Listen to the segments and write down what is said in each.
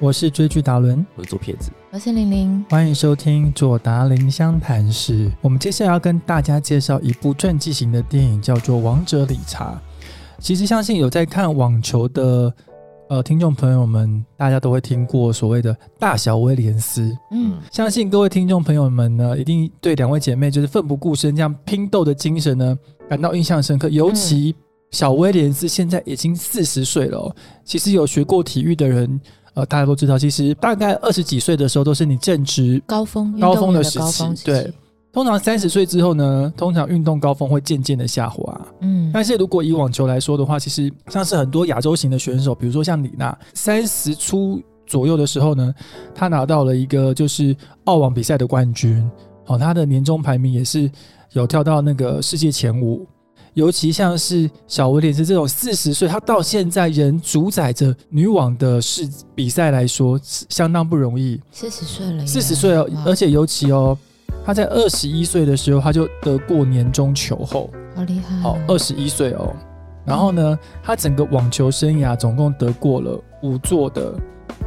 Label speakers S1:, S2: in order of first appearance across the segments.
S1: 我是追剧达伦，
S2: 我是左撇子。
S3: 我是玲玲，
S1: 欢迎收听左达林湘谈室。我们接下来要跟大家介绍一部传记型的电影，叫做《王者理查》。其实相信有在看网球的呃听众朋友们，大家都会听过所谓的大小威廉斯。
S3: 嗯，
S1: 相信各位听众朋友们呢，一定对两位姐妹就是奋不顾身这样拼斗的精神呢感到印象深刻。尤其小威廉斯现在已经四十岁了、哦，其实有学过体育的人，呃，大家都知道，其实大概二十几岁的时候都是你正值，
S3: 高峰运
S1: 高
S3: 动
S1: 峰的
S3: 员的
S1: 时
S3: 高
S1: 期
S3: 峰时期，
S1: 对，通常三十岁之后呢，通常运动高峰会渐渐的下滑。
S3: 嗯，
S1: 但是如果以网球来说的话，其实像是很多亚洲型的选手，比如说像李娜，三十出左右的时候呢，她拿到了一个就是澳网比赛的冠军，好、她的年终排名也是有跳到那个世界前五。尤其像是小威廉斯这种四十岁，她到现在仍主宰着女网的世比赛来说，是相当不容易。
S3: 四十岁了耶，
S1: 四十岁哦
S3: 哎哇，
S1: 而且尤其哦，她在二十一岁的时候，她就得过年终球后。
S3: 好厉害
S1: 好
S3: 哦，，
S1: 二十一岁哦。然后呢，他整个网球生涯总共得过了五座的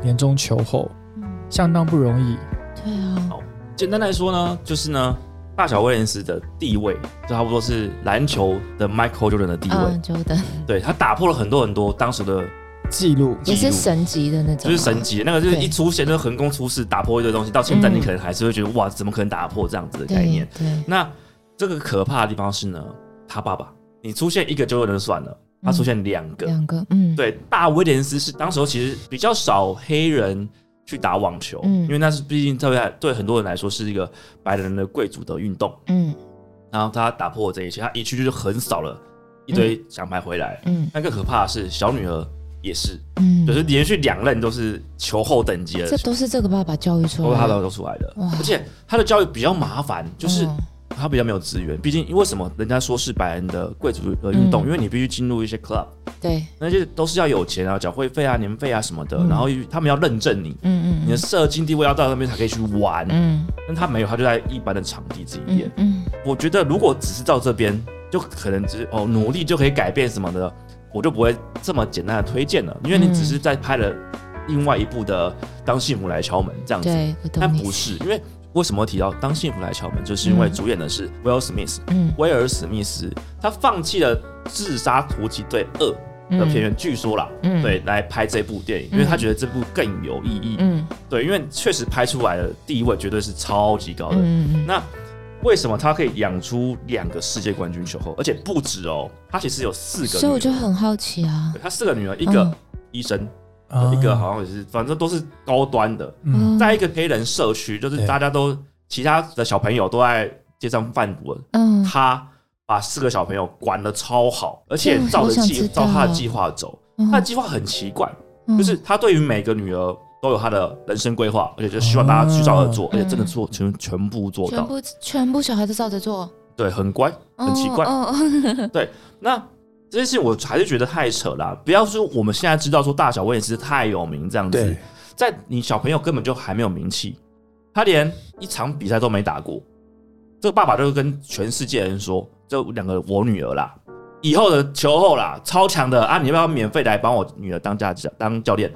S1: 年终球后，
S3: 嗯
S1: 相当不容易。
S3: 对啊，
S2: 简单来说呢，就是呢，大小威廉斯的地位就差不多是篮球的 Michael Jordan 的地位。
S3: 嗯，久等，
S2: 对他打破了很多很多当时的
S1: 记录
S2: 记
S3: 也
S2: 录，
S3: 是神级的那种，啊
S2: 就是神，级，那个就是一出现就横空出世，打破一堆东西。到现在
S3: 嗯
S2: 你可能还是会觉得、哇，怎么可能打破这样子的概
S3: 对
S2: 念？
S3: 对，
S2: 那这个可怕的地方是呢，他爸爸，你出现一个就有人算了，他出现两个，
S3: 两个，嗯，
S2: 对，大威廉斯是当时候其实比较少黑人去打网球，
S3: 嗯
S2: 因为那是毕竟特别对很多人来说是一个白人的贵族的运动。
S3: 嗯
S2: 然后他打破了这一切，他一去就是横扫了一堆奖牌回来。
S3: 嗯
S2: 但更可怕的是，小女儿也是，
S3: 嗯，
S2: 就是连续两任都是球后等级的，
S3: 这都是这个爸爸教育出
S2: 都
S3: 来
S2: 他
S3: 的，
S2: 都出来的
S3: 哇。
S2: 而且他的教育比较麻烦，就是
S3: 哦
S2: 他比较没有资源。毕竟为什么人家说是白人的贵族的运动？
S3: 嗯
S2: 因为你必须进入一些 club，
S3: 对，
S2: 那些都是要有钱啊，缴会费啊、年费啊什么的，
S3: 嗯
S2: 然后他们要认证你，
S3: 嗯嗯
S2: 你的社经地位要到那边才可以去玩。
S3: 嗯
S2: 但他没有，他就在一般的场地自己练
S3: 嗯。嗯
S2: 我觉得如果只是到这边，就可能只是哦努力就可以改变什么的，我就不会这么简单的推荐了，因为你
S3: 嗯
S2: 只是在拍了另外一部的《当幸福来敲门》这样
S3: 嗯，
S2: 子，
S3: 对，我
S2: 但
S3: 懂你，
S2: 不是，因为为什么提到《当幸福来敲门》，就是因为
S3: 嗯
S2: 主演的是 Will Smith，、
S3: 嗯
S2: 威尔史密斯，他放弃了《自杀突击队二》的片源，据说啦。
S3: 嗯，
S2: 对，来拍这部电影，因为他觉得这部更有意义。
S3: 嗯，
S2: 对，因为确实拍出来的地位绝对是超级高的。
S3: 嗯嗯嗯
S2: 那为什么他可以养出两个世界冠军球后，而且不止哦？他其实有四
S3: 嗯，
S2: 个
S3: 所以我
S2: 女
S3: 就嗯
S2: 儿，
S3: 很好奇啊
S2: 对，他四个女儿，一个医生，
S1: 啊
S2: 哦一个好像也是，反正都是高端的。
S3: 哦
S1: 嗯，
S2: 在一个黑人社区，就是
S1: 对
S2: 大家都其他的小朋友都在街上贩毒，
S3: 嗯，
S2: 他把四个小朋友管得超好，而且
S3: 这样
S2: 照着
S3: 啊好想
S2: 计
S3: 知
S2: 照
S3: 道
S2: 他的计划走。
S3: 嗯
S2: 他的计划很奇怪，
S3: 嗯
S2: 就是他对于每个女儿都有他的人生规划，而且就希望大家去照着做，而且真的做全全部做
S3: 嗯全
S2: 到，
S3: 部全部小孩都照着做，
S2: 对，很乖。很奇怪
S3: 哦哦哦
S2: 那这件事情我还是觉得太扯了啊、不要说我们现在知道说大小威廉斯太有名这样子
S1: 对，，
S2: 在你小朋友根本就还没有名气，他连一场比赛都没打过，这个爸爸就跟全世界人说，这两个我女儿啦，以后的球后啦，超强的啊，你要不要免费来帮我女儿当家教当教练？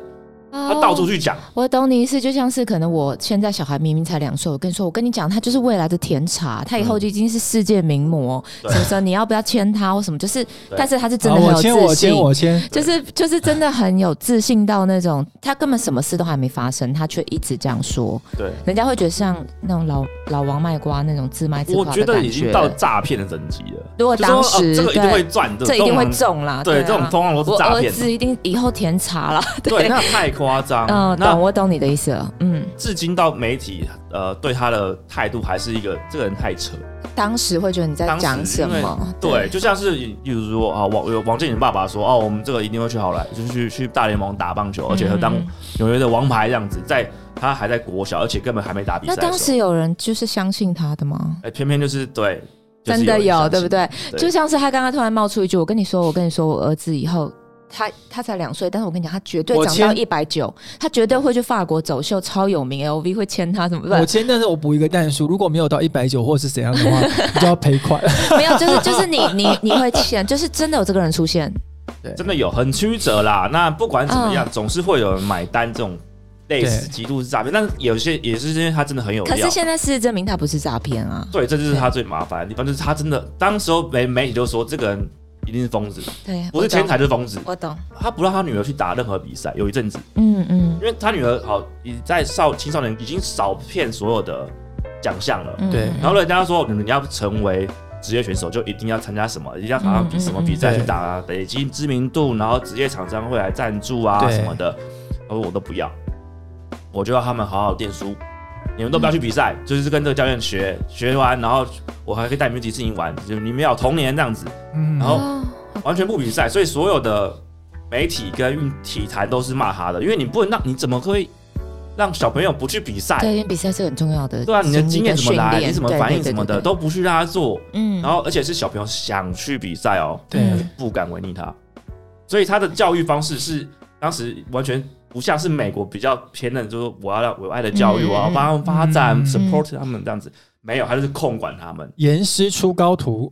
S2: 他
S3: 哦
S2: 到处去讲，
S3: 我懂你意思，就像是可能我现在小孩明明才两岁，我跟你说，我跟你讲，他就是未来的甜茶，他以后就已经是世界名模，
S2: 嗯对
S3: 什么什么，你要不要签他或什么，就是，
S2: 对
S3: 但是他是真
S1: 好，
S3: 的
S1: 我
S3: 很有自
S1: 先
S3: 信，
S1: 我先我先，
S3: 就是就是真的很有自信到那种，他根本什么事都还没发生，他却一直这样说，
S2: 对。
S3: 人家会觉得像那种老老王卖瓜那种自卖自夸
S2: 我
S3: 的
S2: 觉得已
S3: 感
S2: 经到诈骗的等级了。
S3: 如果
S2: 就说
S3: 当时、
S2: 哦、这个一定
S3: 对
S2: 会赚，
S3: 这一定会
S2: 种通常
S3: 中啦，
S2: 对，
S3: 啊
S2: 这种通常都
S3: 我
S2: 是诈
S3: 儿
S2: 骗。
S3: 子一定以后甜茶啦，
S2: 对，那太夸张。
S3: 嗯，
S2: 那
S3: 懂，我懂你的意思了，嗯，
S2: 至今到媒体呃对他的态度还是一个这个人太扯。
S3: 当时会觉得你在
S2: 当时
S3: 讲什
S2: 因为
S3: 么？
S2: 对，，就像是比如说啊，王有王健林爸爸说哦，我们这个一定会去好莱，就是去去大联盟打棒球，而且和当
S3: 嗯
S2: 纽约的王牌这样子，在他还在国小，而且根本还没打比
S3: 那
S2: 赛的时候。
S3: 当时有人就是相信他的吗？
S2: 哎，偏偏就是对，就是
S3: 真
S2: 有
S3: 的
S2: 人
S3: 有，
S2: 相
S3: 对不
S2: 信？
S3: 对？
S2: 对
S3: 就像是他刚刚突然冒出一句：“我跟你说，我跟你说，我儿子以后他他才两岁，但是我跟你讲，他绝对
S1: 我
S3: 长到
S1: 签
S3: 一百九，他绝对会去法国走秀，超有名，LV 会签他，怎么
S1: 我
S3: 办？
S1: 先，但是我补一个蛋数，如果没有到一百九或是怎样的 话，你就要赔款。
S3: 没有，就是就是你你你会签，就是真的有这个人出现，嗯
S2: 真的有很曲折啦。那不管怎么样，总是会有人买单这种类似极度是诈骗，但是有些也是因为他真的很有
S3: 可
S2: 料
S3: 是。现在事实证明他不是诈骗啊，
S2: 对，这就是他最麻烦的地方，就是他真的当时候媒媒体就说这个人一定是疯子，
S3: 对，
S2: 不是天才就是疯子。
S3: 我懂，
S2: 他不让他女儿去打任何比赛，有一阵子，
S3: 嗯嗯
S2: 因为他女儿好已在少青少年已经少骗所有的奖项了，
S3: 嗯，
S1: 对
S2: 然后人家说你们要成为职业选手，就一定要参加什么，一定要打
S3: 嗯嗯
S2: 什么比
S1: 嗯
S2: 赛去打累积知名度，然后职业厂商会来赞助啊
S1: 对
S2: 什么的。他说我都不要，我就要他们好好念书，你们都不要去比赛，就是跟这个教练学学完，然后我还可以带你们一起自己玩，就是你们要有童年这样子，
S1: 嗯
S2: 然后
S3: 哦，
S2: 完全不比赛，所以所有的媒体跟运体坛都是骂他的，因为你不能让你怎么可以让小朋友不去比赛？
S3: 对，因为比赛是很重要的，
S2: 对啊，你的经验怎么来，
S3: 训练
S2: 你怎么反应什么的，，
S3: 对对对对
S2: 都不去让他做，
S3: 嗯，
S2: 然后而且是小朋友想去比赛哦，
S1: 对，
S2: 不敢违逆他，所以他的教育方式是当时完全不像是美国比较偏的，就是我要让我爱的教育，
S3: 嗯
S2: 我要帮他们发展、
S1: 嗯
S2: support 他们这样子，没有，他就是控管他们。
S1: 严师出高徒，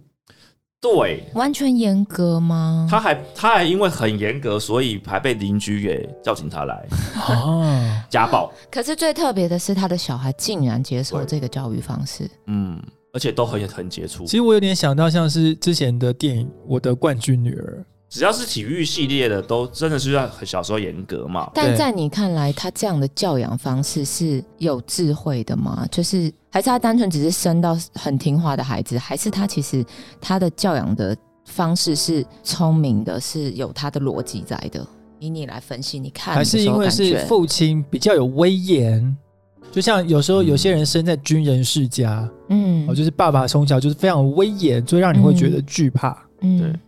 S2: 对，
S3: 完全严格吗？
S2: 他还他还因为很严格，所以还被邻居给叫警察来
S3: 啊
S1: 哦，
S2: 家暴，
S3: 可是最特别的是，他的小孩竟然接受这个教育方式，
S2: 嗯，而且都很很杰出
S1: 其，实我有点想到像是之前的电影《我的冠军女儿
S2: 只要是体育系列的，都真的是要很小时候严格嘛。
S3: 但
S1: 对
S3: 在你看来，他这样的教养方式是有智慧的吗？就是还是他单纯只是生到很听话的孩子，还是他其实他的教养的方式是聪明的，是有他的逻辑在的？以你来分啊析，你》，看
S1: 还是因为
S3: 有
S1: 是
S3: 没有感觉
S1: 父亲比较有威严，就像有时候有些人生在军人世家，
S3: 嗯
S1: 哦，就是爸爸从小就是非常威严，所以让你会觉得惧怕。
S2: 对
S3: 嗯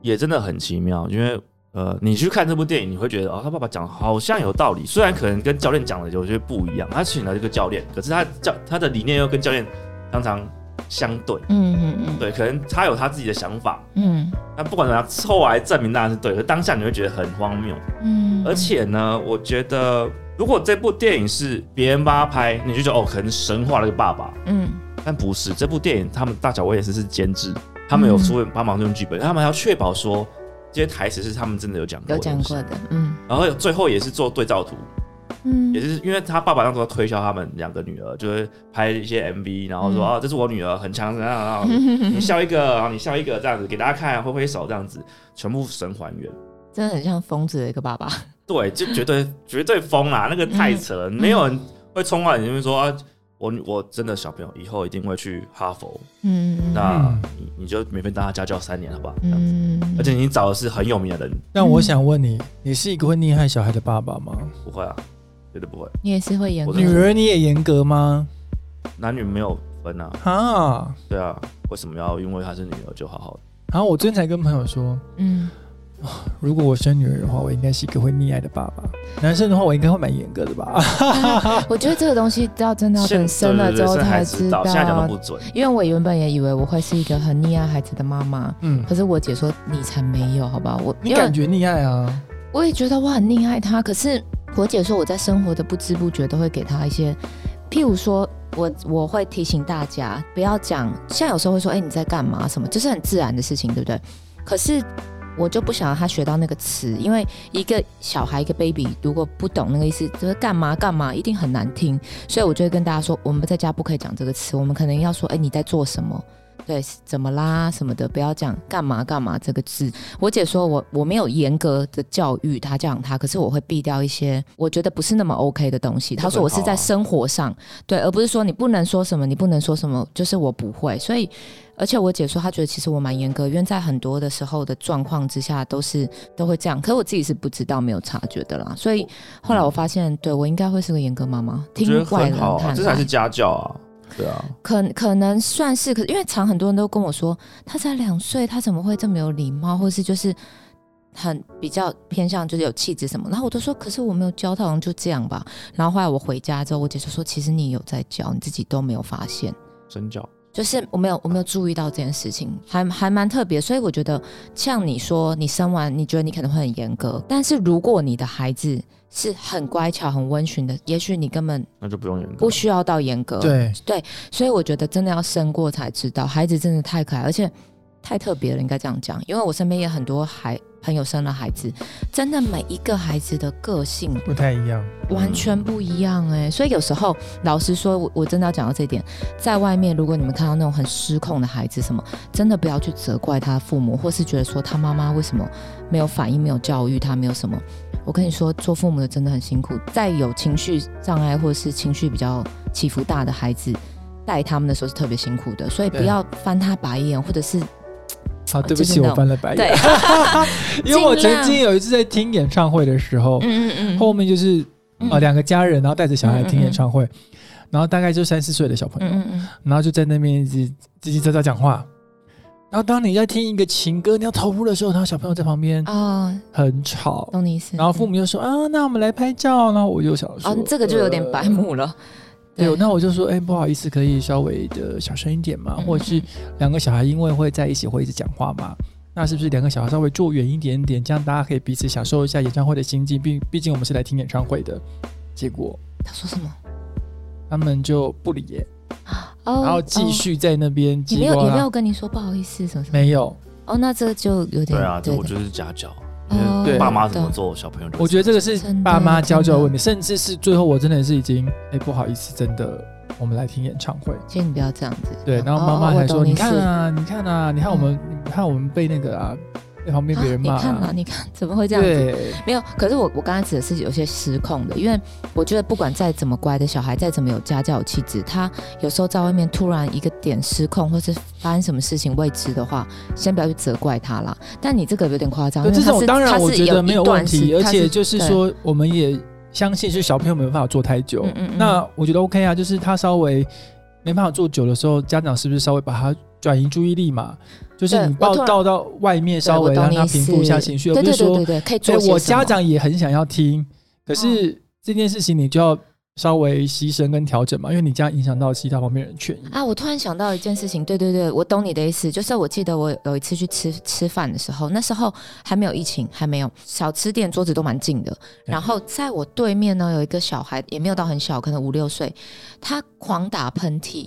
S2: 也真的很奇妙，因为呃，你去看这部电影，你会觉得哦，他爸爸讲好像有道理，虽然可能跟教练讲的有些不一样，他请了一个教练，可是他教他的理念又跟教练呃常常相对，
S3: 嗯嗯嗯
S2: 对，可能他有他自己的想法，
S3: 嗯
S2: 那不管怎么样，后来证明当然是对，可当下你会觉得很荒谬，
S3: 嗯，
S2: 而且呢，我觉得如果这部电影是别人帮他拍，你就觉得哦，可能神话了个爸爸，
S3: 嗯
S2: 但不是，这部电影他们大小威也是是监制，他们有
S3: 嗯
S2: 说帮忙用剧本，他们还要确保说这些台词是他们真的有讲过，
S3: 有讲过。的，嗯
S2: 然后最后也是做对照图，
S3: 嗯
S2: 也是因为他爸爸那时候推销他们两个女儿，就是拍一些 MV，然后说、
S3: 嗯
S2: 啊这是我女儿很强，然后然后 你笑一个，然后你笑一个这样子给大家看，挥挥手这样子，全部神还原。
S3: 真的很像疯子的一个爸爸，
S2: 对，就绝对 绝对疯啦，那个太扯了，
S3: 嗯
S2: 没有人会冲到你那边说、啊、我我真的小朋友以后一定会去哈佛，
S3: 嗯嗯
S2: 那
S1: 嗯
S2: 你你就免费当他家教三年，好不好？这样子。
S3: 嗯
S2: 而且你找的是很有名的人，
S1: 但我想问你，你是一个会溺害小孩的爸爸吗？
S2: 不会啊，绝对不会，
S3: 你也是会严
S2: 我
S3: 格
S2: 的
S1: 女儿你也严格吗？
S2: 男女没有分啊，
S1: 啊，
S2: 对啊，为什么要因为她是女儿就好好的？
S1: 然后我昨天才跟朋友说，
S3: 嗯。
S1: 如果我生女儿的话，我应该是一个会溺爱的爸爸；男生的话，我应该会蛮严格的吧？
S3: 我觉得这个东西要真的要等生了之后
S2: 对对对生
S3: 才
S2: 孩
S3: 知
S2: 知道，，
S3: 道
S2: 现在讲都不准。
S3: 因为我原本也以为我会是一个很溺爱孩子的妈妈，
S1: 嗯，
S3: 可是我姐说你才没有，好吧？我
S1: 你
S3: 因为
S1: 感觉溺爱啊？
S3: 我也觉得我很溺爱他，可是我姐说我在生活的不知不觉都会给他一些，譬如说我我会提醒大家不要讲，像有时候会说哎、你在干嘛什么，这是很自然的事情，对不对？可是我就不想让他学到那个词，因为一个小孩一个 baby 如果不懂那个意思，就是干嘛干嘛一定很难听，所以我就会跟大家说，我们在家不可以讲这个词，我们可能要说哎、你在做什么。对，怎么啦什么的，不要讲干嘛干嘛这个字，我姐说我我没有严格的教育她教养她，可是我会避掉一些我觉得不是那么 OK 的东西。她说我是在生活上，对，而不是说你不能说什么，你不能说什么，就是我不会。所以，而且我姐说她觉得其实我蛮严格，因为在很多的时候的状况之下都是都会这样，可是我自己是不知道没有察觉的啦。所以后来我发现，对我应该会是个严格妈妈，
S2: 我
S3: 听
S2: 觉得
S3: 外
S2: 很
S3: 人
S2: 好啊，
S3: 看
S2: 这才
S3: 来
S2: 是家教啊，对啊，
S3: 可可能算是，可是因为常很多人都跟我说，他才两岁，他怎么会这么有礼貌，或是就是很比较偏向就是有气质什么。然后我都说，可是我没有教他，好像就这样吧。然后后来我回家之后，我姐就说，其实你有在教，你自己都没有发现。
S2: 身教。
S3: 就是我没有我没有注意到这件事情，还还蛮特别，所以我觉得像你说，你生完你觉得你可能会很严格，但是如果你的孩子是很乖巧、很温驯的，也许你根本
S2: 那就不用严格，
S3: 不需要到严格。
S1: 对，
S3: 所以我觉得真的要生过才知道，孩子真的太可爱，而且太特别了，应该这样讲。因为我身边也很多孩朋友生了孩子，真的每一个孩子的个性
S1: 不太一样。
S3: 完全
S1: 嗯
S3: 不一样哎、所以有时候老实说，我我真的要讲到这一点，在外面如果你们看到那种很失控的孩子什么，真的不要去责怪他父母，或是觉得说他妈妈为什么没有反应、没有教育他，没有什么。我跟你说，做父母的真的很辛苦，在有情绪障碍或是情绪比较起伏大的孩子带他们的时候是特别辛苦的，所以不
S1: 对
S3: 要翻他白眼，或者是
S1: 好，对不
S3: 就是
S1: 起，
S3: 那
S1: 我
S3: 种
S1: 翻了白
S3: 对
S1: 眼，，因为我
S3: 尽
S1: 曾
S3: 量
S1: 经有一次在听演唱会的时候，
S3: 嗯嗯
S1: 后面就是
S3: 嗯
S1: 呃两个家人，然后带着小孩听演唱会，然后大概就三四岁的小朋友，
S3: 嗯嗯
S1: 然后就在那边一直叽叽喳喳讲话。然后当你在听一个情歌，你要投入的时候，然后小朋友在旁边
S3: 嗯，哦，
S1: 很吵，
S3: 懂你意思。
S1: 然后父母又说啊，那我们来拍照，然后我就想说，
S3: 哦，这个就有点白
S1: 呃
S3: 目了。
S1: 对，那我就说，哎、不好意思，可以稍微的小声一点嘛，
S3: 嗯
S1: 或者是两个小孩因为会在一起会一直讲话嘛，那是不是两个小孩稍微坐远一点点，这样大家可以彼此享受一下演唱会的心境？毕毕竟我们是来听演唱会的。结果
S3: 他说什么？
S1: 他们就不理耶，
S3: 哦，
S1: 然后继
S3: 哦
S1: 续啊在那边
S3: 也
S1: 叽
S3: 没
S1: 里
S3: 有
S1: 呱
S3: 也没
S1: 啦
S3: 有，跟你说不好意思什么什么。
S1: 没有。
S3: 哦，那这就有点
S2: 对啊，这
S3: 对
S2: 我觉得是家教，啊
S3: 对
S2: 因
S1: 对
S2: 为爸妈怎么
S3: 懂
S2: 做，小朋友就
S1: 我觉得这个是
S3: 真的
S1: 爸妈教教的
S3: 真的
S1: 问题，甚至是最后我真的是已经，哎、不好意思，真的，我们来听演唱会。
S3: 所以你不要这样子。
S1: 对，然后
S3: 哦
S1: 妈妈
S3: 哦
S1: 还
S3: 我
S1: 说：“
S3: 懂
S1: 你
S3: 你
S1: 看
S3: 意思嗯
S1: 啊，你看啊，你看我们，你看我们被那个啊，被旁边别人骂、
S3: 啊你看嘛，你看 怎么会这样子？
S1: 对，
S3: 没有，可是我我刚才指的是有些失控的，因为我觉得不管再怎么乖的小孩，再怎么有家教有气质，他有时候在外面突然一个点失控，或是发生什么事情未知的话，先不要去责怪他啦。但你这个有点夸张，
S1: 对
S3: 因为
S1: 这
S3: 他
S1: 种
S3: 是
S1: 当然
S3: 他是
S1: 我觉得
S3: 一
S1: 没有
S3: 段
S1: 问题，
S3: 时
S1: 而
S3: 他
S1: 且就是
S3: 对
S1: 说，我们也相信是小朋友没办法做太久
S3: 嗯嗯嗯，
S1: 那我觉得 OK 啊，就是他稍微没办法做久的时候，家长是不是稍微把他转移注意力嘛？就是
S3: 对
S1: 你
S3: 我
S1: 抱
S3: 突然
S1: 到到外面，稍
S3: 我
S1: 微
S3: 懂
S1: 让
S3: 你
S1: 他
S3: 意
S1: 平复一
S3: 思
S1: 下情绪，而
S3: 对
S1: 不
S3: 对
S1: 是
S3: 对
S1: 说
S3: 对对，可以
S1: 所
S3: 做
S1: 以
S3: 些
S1: 哎我
S3: 什么嗯
S1: 家长也很想要听，可是这件事情你就要稍微牺牲跟调整嘛，因为你这样影响到其他旁边人的权益。
S3: 啊，我突然想到一件事情，对对对，我懂你的意思。就是我记得我有一次去吃吃饭的时候，那时候还没有疫情，还没有小吃店桌子都蛮近的。然后在我对面呢有一个小孩，也没有到很小，可能五六岁，他狂打喷嚏，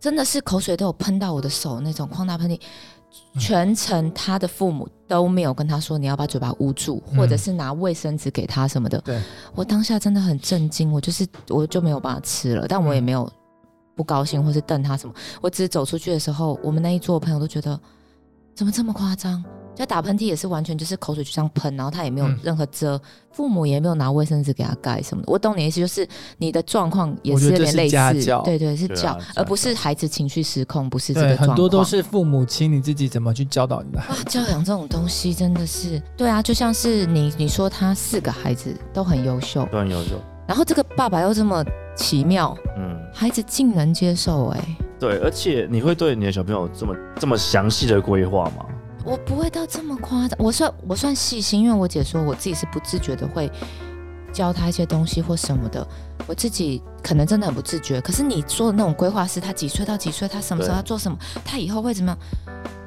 S3: 真的是口水都有喷到我的手那种狂打喷嚏。
S1: 嗯
S3: 全程他的父母都没有跟他说你要把嘴巴捂住，或者
S1: 嗯
S3: 是拿卫生纸给他什么的。
S1: 对
S3: 我当下真的很震惊，我就是我就没有办法吃了，
S1: 嗯
S3: 但我也没有不高兴或是瞪他什么，我只是走出去的时候，我们那一桌的朋友都觉得怎么这么夸张？就打喷嚏也是完全就是口水就这样喷，然后他也没有
S1: 嗯
S3: 任何遮，父母也没有拿卫生纸给他盖什么的。我懂你的意思，就是你的状况也
S1: 我觉
S3: 是
S1: 得
S3: 有点
S1: 这是
S3: 类
S1: 家
S3: 似
S1: 教，
S3: 对对是
S2: 对啊
S3: 教，
S2: 家
S3: 而不是
S2: 教
S3: 孩子情绪失控，不是这
S1: 对，
S3: 个
S1: 很
S3: 状
S1: 多都
S3: 况。嗯
S1: 是父母亲你自己怎么去教导你的孩
S3: 哇，
S1: 子。
S3: 教养这种东西真的是，对啊，就像是你你说他四个孩子都很优秀，
S2: 对很啊优秀。
S3: 然后这个爸爸又这么奇妙，
S2: 嗯，
S3: 孩子竟能接受哎、
S2: 对，而且你会对你的小朋友这么这么详细的规划吗？
S3: 我不会到这么夸张，我算我算细心，因为我姐说我自己是不自觉的会教他一些东西或什么的，我自己可能真的很不自觉。可是你做的那种规划是他几岁到几岁，他什么时候
S2: 对
S3: 要做什么，他以后会怎么样，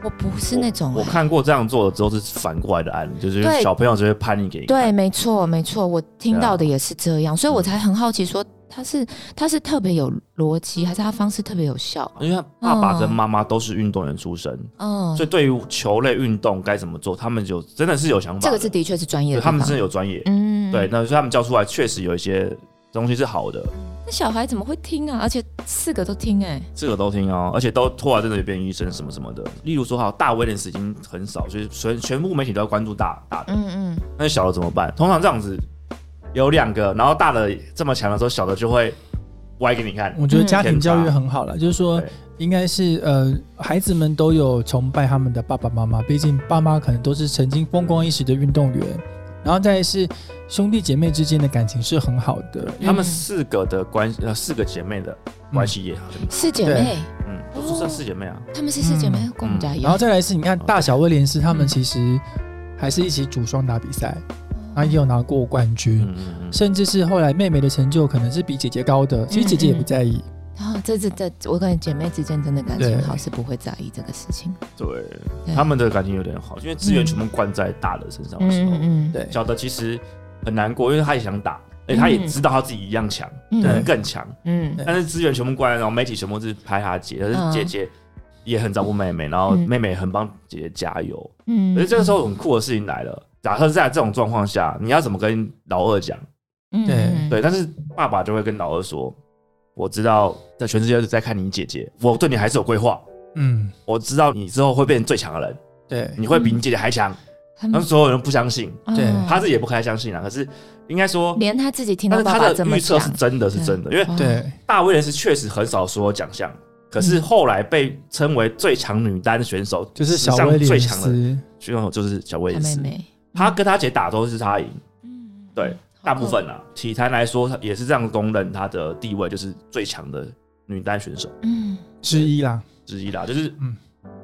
S3: 我不是那种、
S2: 我
S3: 哎
S2: 看过这样做的之后是反过来的案例，就是
S3: 对
S2: 小朋友就会叛逆给你看。
S3: 对，没错，没错，我听
S2: 嗯对啊嗯
S3: 到的也是这样，所以我才很好奇说他是他是特别有逻辑，还是他方式特别有效？
S2: 因为爸爸跟妈妈都是运动员出身，
S3: 嗯
S2: 所，以对于球类运动该怎么做，他们有真的是有想法的。
S3: 这个是的确是专
S2: 对
S3: 业的地
S2: 他
S3: 方，
S2: 们真的有专业。
S3: 嗯
S2: 对，那所以他们教出来确实有一些东西是好的，
S3: 那小孩怎么会听啊？而且四个都听哎、
S2: 这个都听哦，而且都后来真的也变医生什么什么的。例如说，好大威廉斯已经很少，所以全全部媒体都要关注大大的，
S3: 嗯嗯，
S2: 那小的怎么办？通常这样子有两个，然后大的这么强的时候，小的就会歪给你看。
S1: 我觉得
S3: 嗯
S1: 家庭教育很好了，就是说
S2: 对
S1: 应该是呃，孩子们都有崇拜他们的爸爸妈妈，毕竟爸妈可能都是曾经风光一时的运动员，然后再来是兄弟姐妹之间的感情是很好的，
S3: 嗯
S2: 他们四个的关系，呃，四个姐妹的关系也很，
S3: 四姐妹，
S2: 嗯，都是算四姐妹啊。
S3: 她们是四姐妹，
S1: 嗯
S3: 跟我们家一
S1: 然
S3: 样
S1: 后。再来是，你看
S2: 哦
S1: 大小威廉斯他们
S3: 嗯
S1: 其实还是一起组双打比赛，
S2: 哎
S1: 然后也有拿过冠军，
S2: 嗯嗯嗯，
S1: 甚至是后来妹妹的成就可能是比姐姐高的，其实姐姐也不在意。
S3: 啊，这这这，我感觉姐妹之间真的感情
S1: 对
S3: 好是不会在意这个事情。
S2: 对，
S3: 对
S2: 他们的感情有点好，因为资源全部灌在大的身上的时候，
S3: 嗯嗯
S1: 对，
S2: 小的其实很难过，因为他也想打，而且他也知道他自己一样强，
S3: 嗯
S2: 可能
S1: 对
S2: 更强，
S3: 嗯
S2: 但是资源全部灌在，然后媒体全部是拍他姐，可是姐姐也很照顾妹妹，然后
S3: 嗯
S2: 妹妹很帮姐姐加油。
S3: 嗯
S2: 可是这个时候很酷的事情来了，假设在这种状况下，你要怎么跟老二讲？
S3: 嗯
S1: 对
S3: 嗯
S2: 对，但是爸爸就会跟老二说：“我知道在全世界都在看你姐姐，我对你还是有规划。
S1: 嗯，
S2: 我知道你之后会变成最强的人，
S1: 对，
S3: 哦
S2: 你会比你姐姐还强。”
S3: 很
S2: 但是所有人不相信，
S1: 对
S3: 哦
S2: 他自己也不开始相信啊。可是应该说，
S3: 连他自己听
S2: 但
S3: 到
S2: 是
S3: 爸
S2: 他
S3: 爸
S2: 的
S3: 这么
S2: 预测
S3: 讲，
S2: 是真的是真的，因为
S3: 哦
S1: 对，
S2: 大威廉斯确实很少所有奖项，可
S3: 嗯
S2: 是后来被称为最强女单选手，
S1: 就是
S2: 史
S1: 小
S2: 上
S1: 威
S2: 最
S1: 廉
S2: 强的
S1: 斯，
S2: 选手就是小威
S3: 他
S2: 廉
S3: 妹
S2: 斯。
S3: 妹，
S2: 他跟他姐打都是他赢，
S3: 嗯
S2: 对，大部分啦。啊体坛来说，他也是这样公认他的地位就是最强的女单选手
S3: 嗯，
S1: 之一啦。
S2: 之一啦。就是
S1: 嗯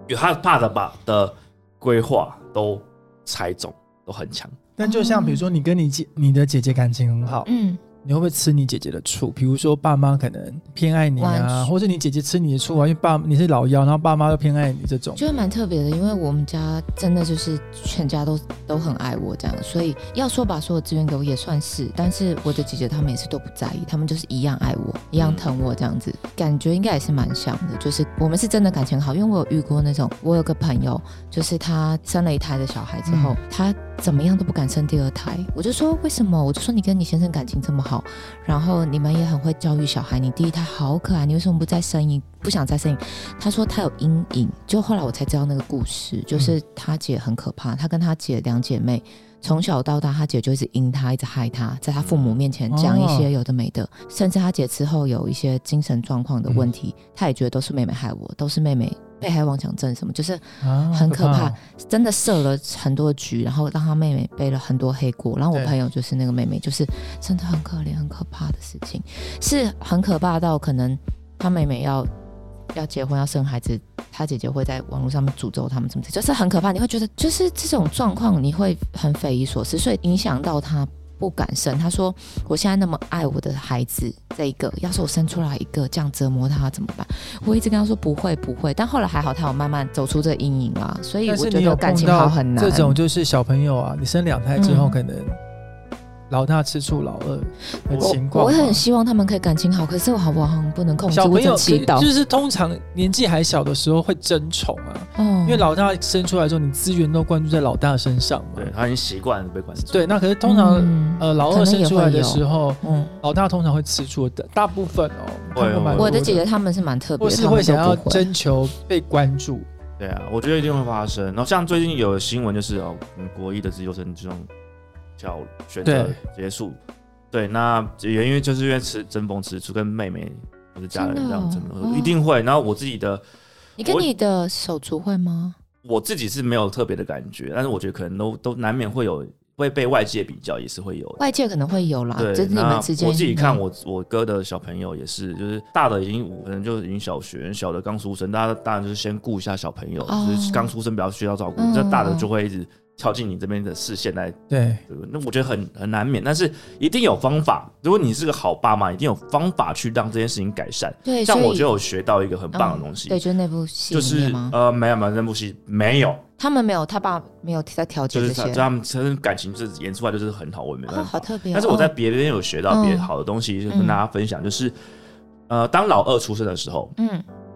S2: 有他爸的把的规划都猜中，都很强。
S1: 但就像比如说，你跟你姐、你的姐姐感情很好，
S3: 嗯，
S1: 你会不会吃你姐姐的醋？比如说爸妈可能偏爱你啊，
S3: 完
S1: 或者你姐姐吃你的醋啊，因为爸你是老幺，然后爸妈又偏爱你这种。
S3: 就是蛮特别的，因为我们家真的就是全家都都很爱我这样，所以要说把所有资源给我也算是，但是我的姐姐她们也是都不在意，她们就是一样爱我，一
S2: 嗯
S3: 样疼我这样子，感觉应该也是蛮像的，就是我们是真的感情好，因为我有遇过那种，我有个朋友，就是她生了一胎的小孩之后，
S2: 嗯
S3: 她怎么样都不敢生第二胎，我就说为什么？我就说你跟你先生感情这么好，然后你们也很会教育小孩，你第一胎好可爱，你为什么不再生一？不想再生一他说他有阴影，就后来我才知道那个故事，就是他姐很可怕，他跟他姐两姐妹从小到大，他姐就一直阴他，一直害他，在他父母面前讲一些有的没的，甚至他姐之后有一些精神状况的问题，他也觉得都是妹妹害我，都是妹妹被害妄想症什么，就是
S1: 啊，
S3: 很可怕
S1: 哦。
S3: 真的设了很多局，然后让他妹妹背了很多黑锅。然后我
S1: 对
S3: 朋友就是那个妹妹，就是真的很可怜、很可怕的事情，是很可怕到可能她妹妹要要结婚、要生孩子，她姐姐会在网络上面诅咒他们什么的，就是很可怕。你会觉得就是这种状况，你会很匪夷所思，所以影响到她。不敢生，她说：“我现在那么爱我的孩子，这一个，要是我生出来一个这样折磨他怎么办？”我一直跟他说不会不会，但后来还好，他有慢慢走出这个阴影啦。所以
S1: 但
S3: 我
S1: 是
S3: 觉
S1: 你
S3: 得
S1: 有
S3: 感
S1: 碰
S3: 情好
S1: 到
S3: 很难。
S1: 这种就是小朋友啊，你生两胎之后，
S3: 嗯
S1: 可能老大吃醋老二的情
S3: 我
S1: 况
S3: 我
S1: 嘛。
S3: 也很希望他们可以感情好，可是我好我好像不能控制，
S1: 小
S3: 我
S1: 朋
S3: 只能
S1: 友
S3: 祈祷。
S1: 就是通常年纪还小的时候会争宠啊，
S3: 哦
S1: 因为老大生出来之后，你资源都关注在老大身上嘛
S2: 对。他已经习惯被关注。
S1: 对，那可是通常、
S3: 嗯
S1: 呃老
S3: 可
S1: 二
S3: 能也
S1: 生出来
S3: 会
S1: 的
S3: 有
S1: 时候，
S3: 嗯，
S1: 老大通常会吃醋的，大部分哦，
S2: 会
S1: 看过
S2: 哦
S1: 蛮多
S3: 我的姐姐他们是蛮特别
S1: 或
S3: 的，
S1: 是
S3: 他们
S1: 会
S3: 都
S1: 想要
S3: 不会
S1: 征求被关注，
S2: 对啊，我觉得一定会发生。然后像最近有新闻就是哦，嗯国一的自由生这种叫选择
S1: 对
S2: 结束，对，那也因为就是因为吃争风吃醋，跟妹妹或者家人这样
S3: 真
S2: 争
S3: 的哦
S2: 风，
S3: 哦
S2: 一定会。然后我自己的
S3: 你跟
S2: 我
S3: 你的手足会吗？
S2: 我自己是没有特别的感觉，但是我觉得可能都都难免会有会被外界比较，也是会有的。
S3: 外界可能会有啦，
S2: 对
S3: 只是，你
S2: 那
S3: 们之间。嗯
S2: 我自己看我我哥的小朋友也是，就是大的已经五可能就已经小学，小的刚出生，大家当然就是先顾一下小朋友，
S3: 哦
S2: 就是刚出生比较需要照顾
S3: 嗯，
S2: 这、大的就会一直跳进你这边的视线来，
S1: 对，
S2: 对那我觉得很很难免，但是一定有方法。如果你是个好爸妈，一定有方法去让这件事情改善。
S3: 对，
S2: 像
S3: 所
S2: 我
S3: 以嗯
S2: 就有学到一个很棒的东西，
S3: 对，就是那部戏
S2: 就
S3: 里面
S2: 是
S3: 吗？
S2: 呃没有没有那部戏没有，
S3: 他们没有，他爸没有在调节
S2: 就是
S3: 这
S2: 他
S3: 些。
S2: 他们真的感情就是演出来就是很好，我也没办法
S3: 哦，好。特别哦。
S2: 但是我在
S3: 哦
S2: 别人有学到别
S3: 嗯
S2: 好的东西，就跟大家分享，就是呃，当老二出生的时候，
S3: 嗯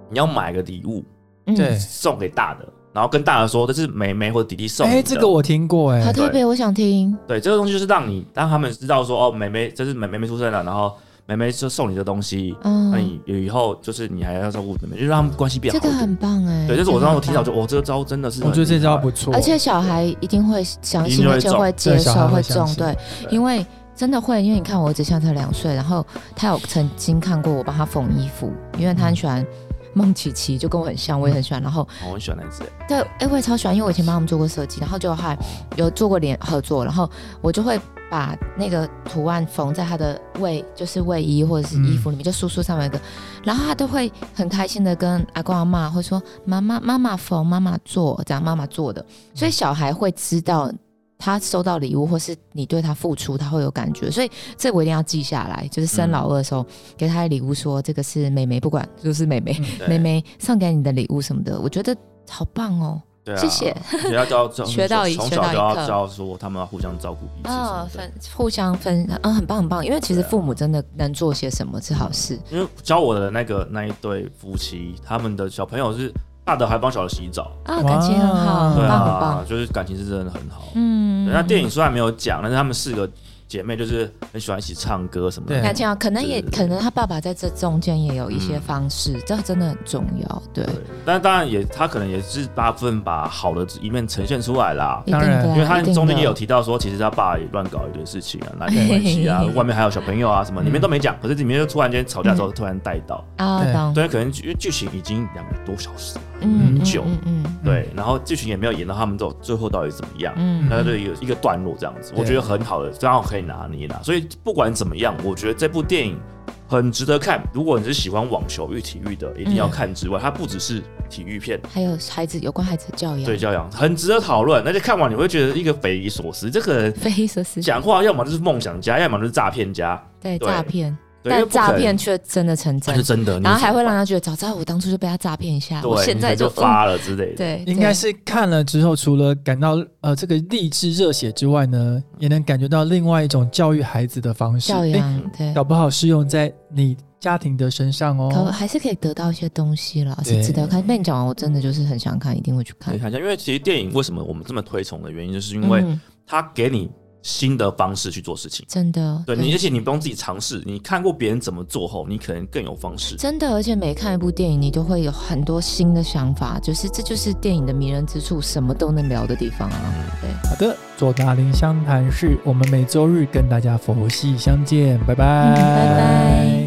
S2: 你要买个礼物
S3: 嗯
S1: 对
S2: 送给大的，然后跟大的说这是妹妹或者弟弟送你的。
S1: 哎，这个我听过，
S3: 好
S1: 哎，
S3: 特别，我想听。
S2: 对这个东西就是让你让他们知道说哦，妹妹这是妹妹妹出生了，然后妹妹就送你这东西，
S3: 嗯，
S2: 那你以后就是你还要照顾妹妹，就让他们关系哎变好
S3: 这
S2: 一
S3: 个
S2: 点。
S3: 很棒哎、
S2: 对，就是我
S3: 这个
S2: 让
S3: 很
S2: 我听到
S3: 棒
S2: 就我这个招真的是很
S1: 我
S2: 厉害，
S1: 觉得这招不错，
S3: 而且小孩一定会相
S2: 一定
S3: 信，
S2: 会
S3: 而且
S2: 中
S3: 会接
S1: 对小孩
S3: 受，
S1: 会
S3: 会
S1: 相
S3: 中
S1: 信
S3: 对，
S2: 对
S3: 因为真的会，因为你看我儿子现在才两岁，然后他有曾经看过我帮他缝衣服，因为他很喜欢孟琪琪，就跟我很像，我也很喜欢。然后
S2: 哦我很喜欢那一只，
S3: 对，哎、我也超喜欢，因为我以前帮他们做过设计，然后就还有做过联合作，然后我就会把那个图案缝在他的卫，就是卫衣或者是衣服里面，就叔叔上面有一个，然后他都会很开心的跟阿公阿妈会说妈妈妈妈缝，妈妈做，这样妈妈做的，所以小孩会知道。他收到礼物，或是你对他付出，他会有感觉，所以这我一定要记下来。就是生
S2: 嗯
S3: 老二的时候，给他的礼物说这个是妹妹，不管就是妹妹，
S2: 对
S3: 妹妹送给你的礼物什么的，我觉得好棒哦。
S2: 对啊，
S3: 谢谢，
S2: 学到教教
S3: 学到一
S2: 从
S3: 学到
S2: 小
S3: 一
S2: 就要
S3: 课
S2: 教说他们要互相照顾彼此什么
S3: 哦，
S2: 的。
S3: 分互相分，嗯、很棒很棒。因为其实
S2: 对啊
S3: 父母真的能做些什么是好事。
S2: 因为教我的那个那一对夫妻，他们的小朋友是大的还帮小的洗澡，
S3: 啊，感情很好，
S1: 哇
S3: 很
S2: 对
S3: 棒，很
S2: 啊
S3: 棒。，
S2: 就是感情是真的很好。
S3: 嗯，
S2: 那电影虽然没有讲，但是她们四个姐妹就是很喜欢一起唱歌什么的
S1: 对。
S3: 感情好，可能
S2: 对
S3: 也
S2: 对对
S3: 可能他爸爸在这中间也有一些
S2: 嗯
S3: 方式，这真的很重要，对，
S2: 对，但当然也，她可能也是大部分把好的一面呈现出来啦
S3: 一。定
S1: 当
S3: 的
S1: 然
S3: 啊，
S2: 因为她
S3: 一定
S2: 中间
S3: 的
S2: 也有提到说，其实她爸也乱搞一堆事情啊，男女关系 啊，外面还有小朋友啊什么，里面都没
S3: 嗯
S2: 讲，可是里面就突然间吵架的时候突然带到，
S3: 啊，
S1: 对
S3: 懂，
S2: 对，可能因为剧情已经两个多小时了，
S3: 嗯，
S2: 很久
S3: 嗯嗯
S2: 对，然后剧情也没有演到他们最后最后到底怎么样，
S3: 嗯，
S2: 那
S3: 嗯
S2: 就有一个段落这样子，
S1: 对
S2: 我觉得很好的，刚好可以拿捏啦。所以不管怎么样，我觉得这部电影很值得看。如果你是喜欢网球与体育的，一
S3: 嗯
S2: 定要看之外，它不只是体育片。
S3: 还有孩子有关孩子的教养，
S2: 对，教养很值得讨论，而且看完你会觉得一个匪夷所思，这个人
S3: 匪夷所思，
S2: 讲话要么就是梦想家，要么就是诈骗家，
S3: 对
S2: 对
S3: 诈骗，
S2: 对，因为
S3: 但
S2: 不可能
S3: 诈骗却真的成
S2: 那
S3: 真
S2: 是，真的，你
S3: 然后还会让他觉得，早知道我当初就被他诈骗一下，我
S2: 对，
S3: 现在
S2: 你就
S3: 嗯
S2: 发了之类的，
S3: 对，
S1: 应该
S3: 对
S1: 是看了之后，除了感到呃这个励志热血之外呢，也能感觉到另外一种教育孩子的方式。
S3: 教
S1: 诶
S3: 养，对，
S1: 搞不好适用在你家庭的身上
S3: 可
S1: 哦。
S3: 还是可以得到一些东西啦，
S1: 对嗯
S3: 是值得看。被你讲完，我真的就是很想看，一定会去
S2: 可
S3: 看
S2: 以。看一下，因为其实电影为什么我们这么推崇的原因，就是因为
S3: 嗯
S2: 它给你新的方式去做事情。
S3: 真的，
S2: 对你，而且你不用自己尝试，你看过别人怎么做后，你可能更有方式。
S3: 真的，而且每看一部电影，你都会有很多新的想法，就是这就是电影的迷人之处，什么都能聊的地方啊。
S1: 嗯
S3: 对，
S1: 好的，左达林湘潭市，我们每周日跟大家佛系相见，拜拜，
S3: 嗯拜拜。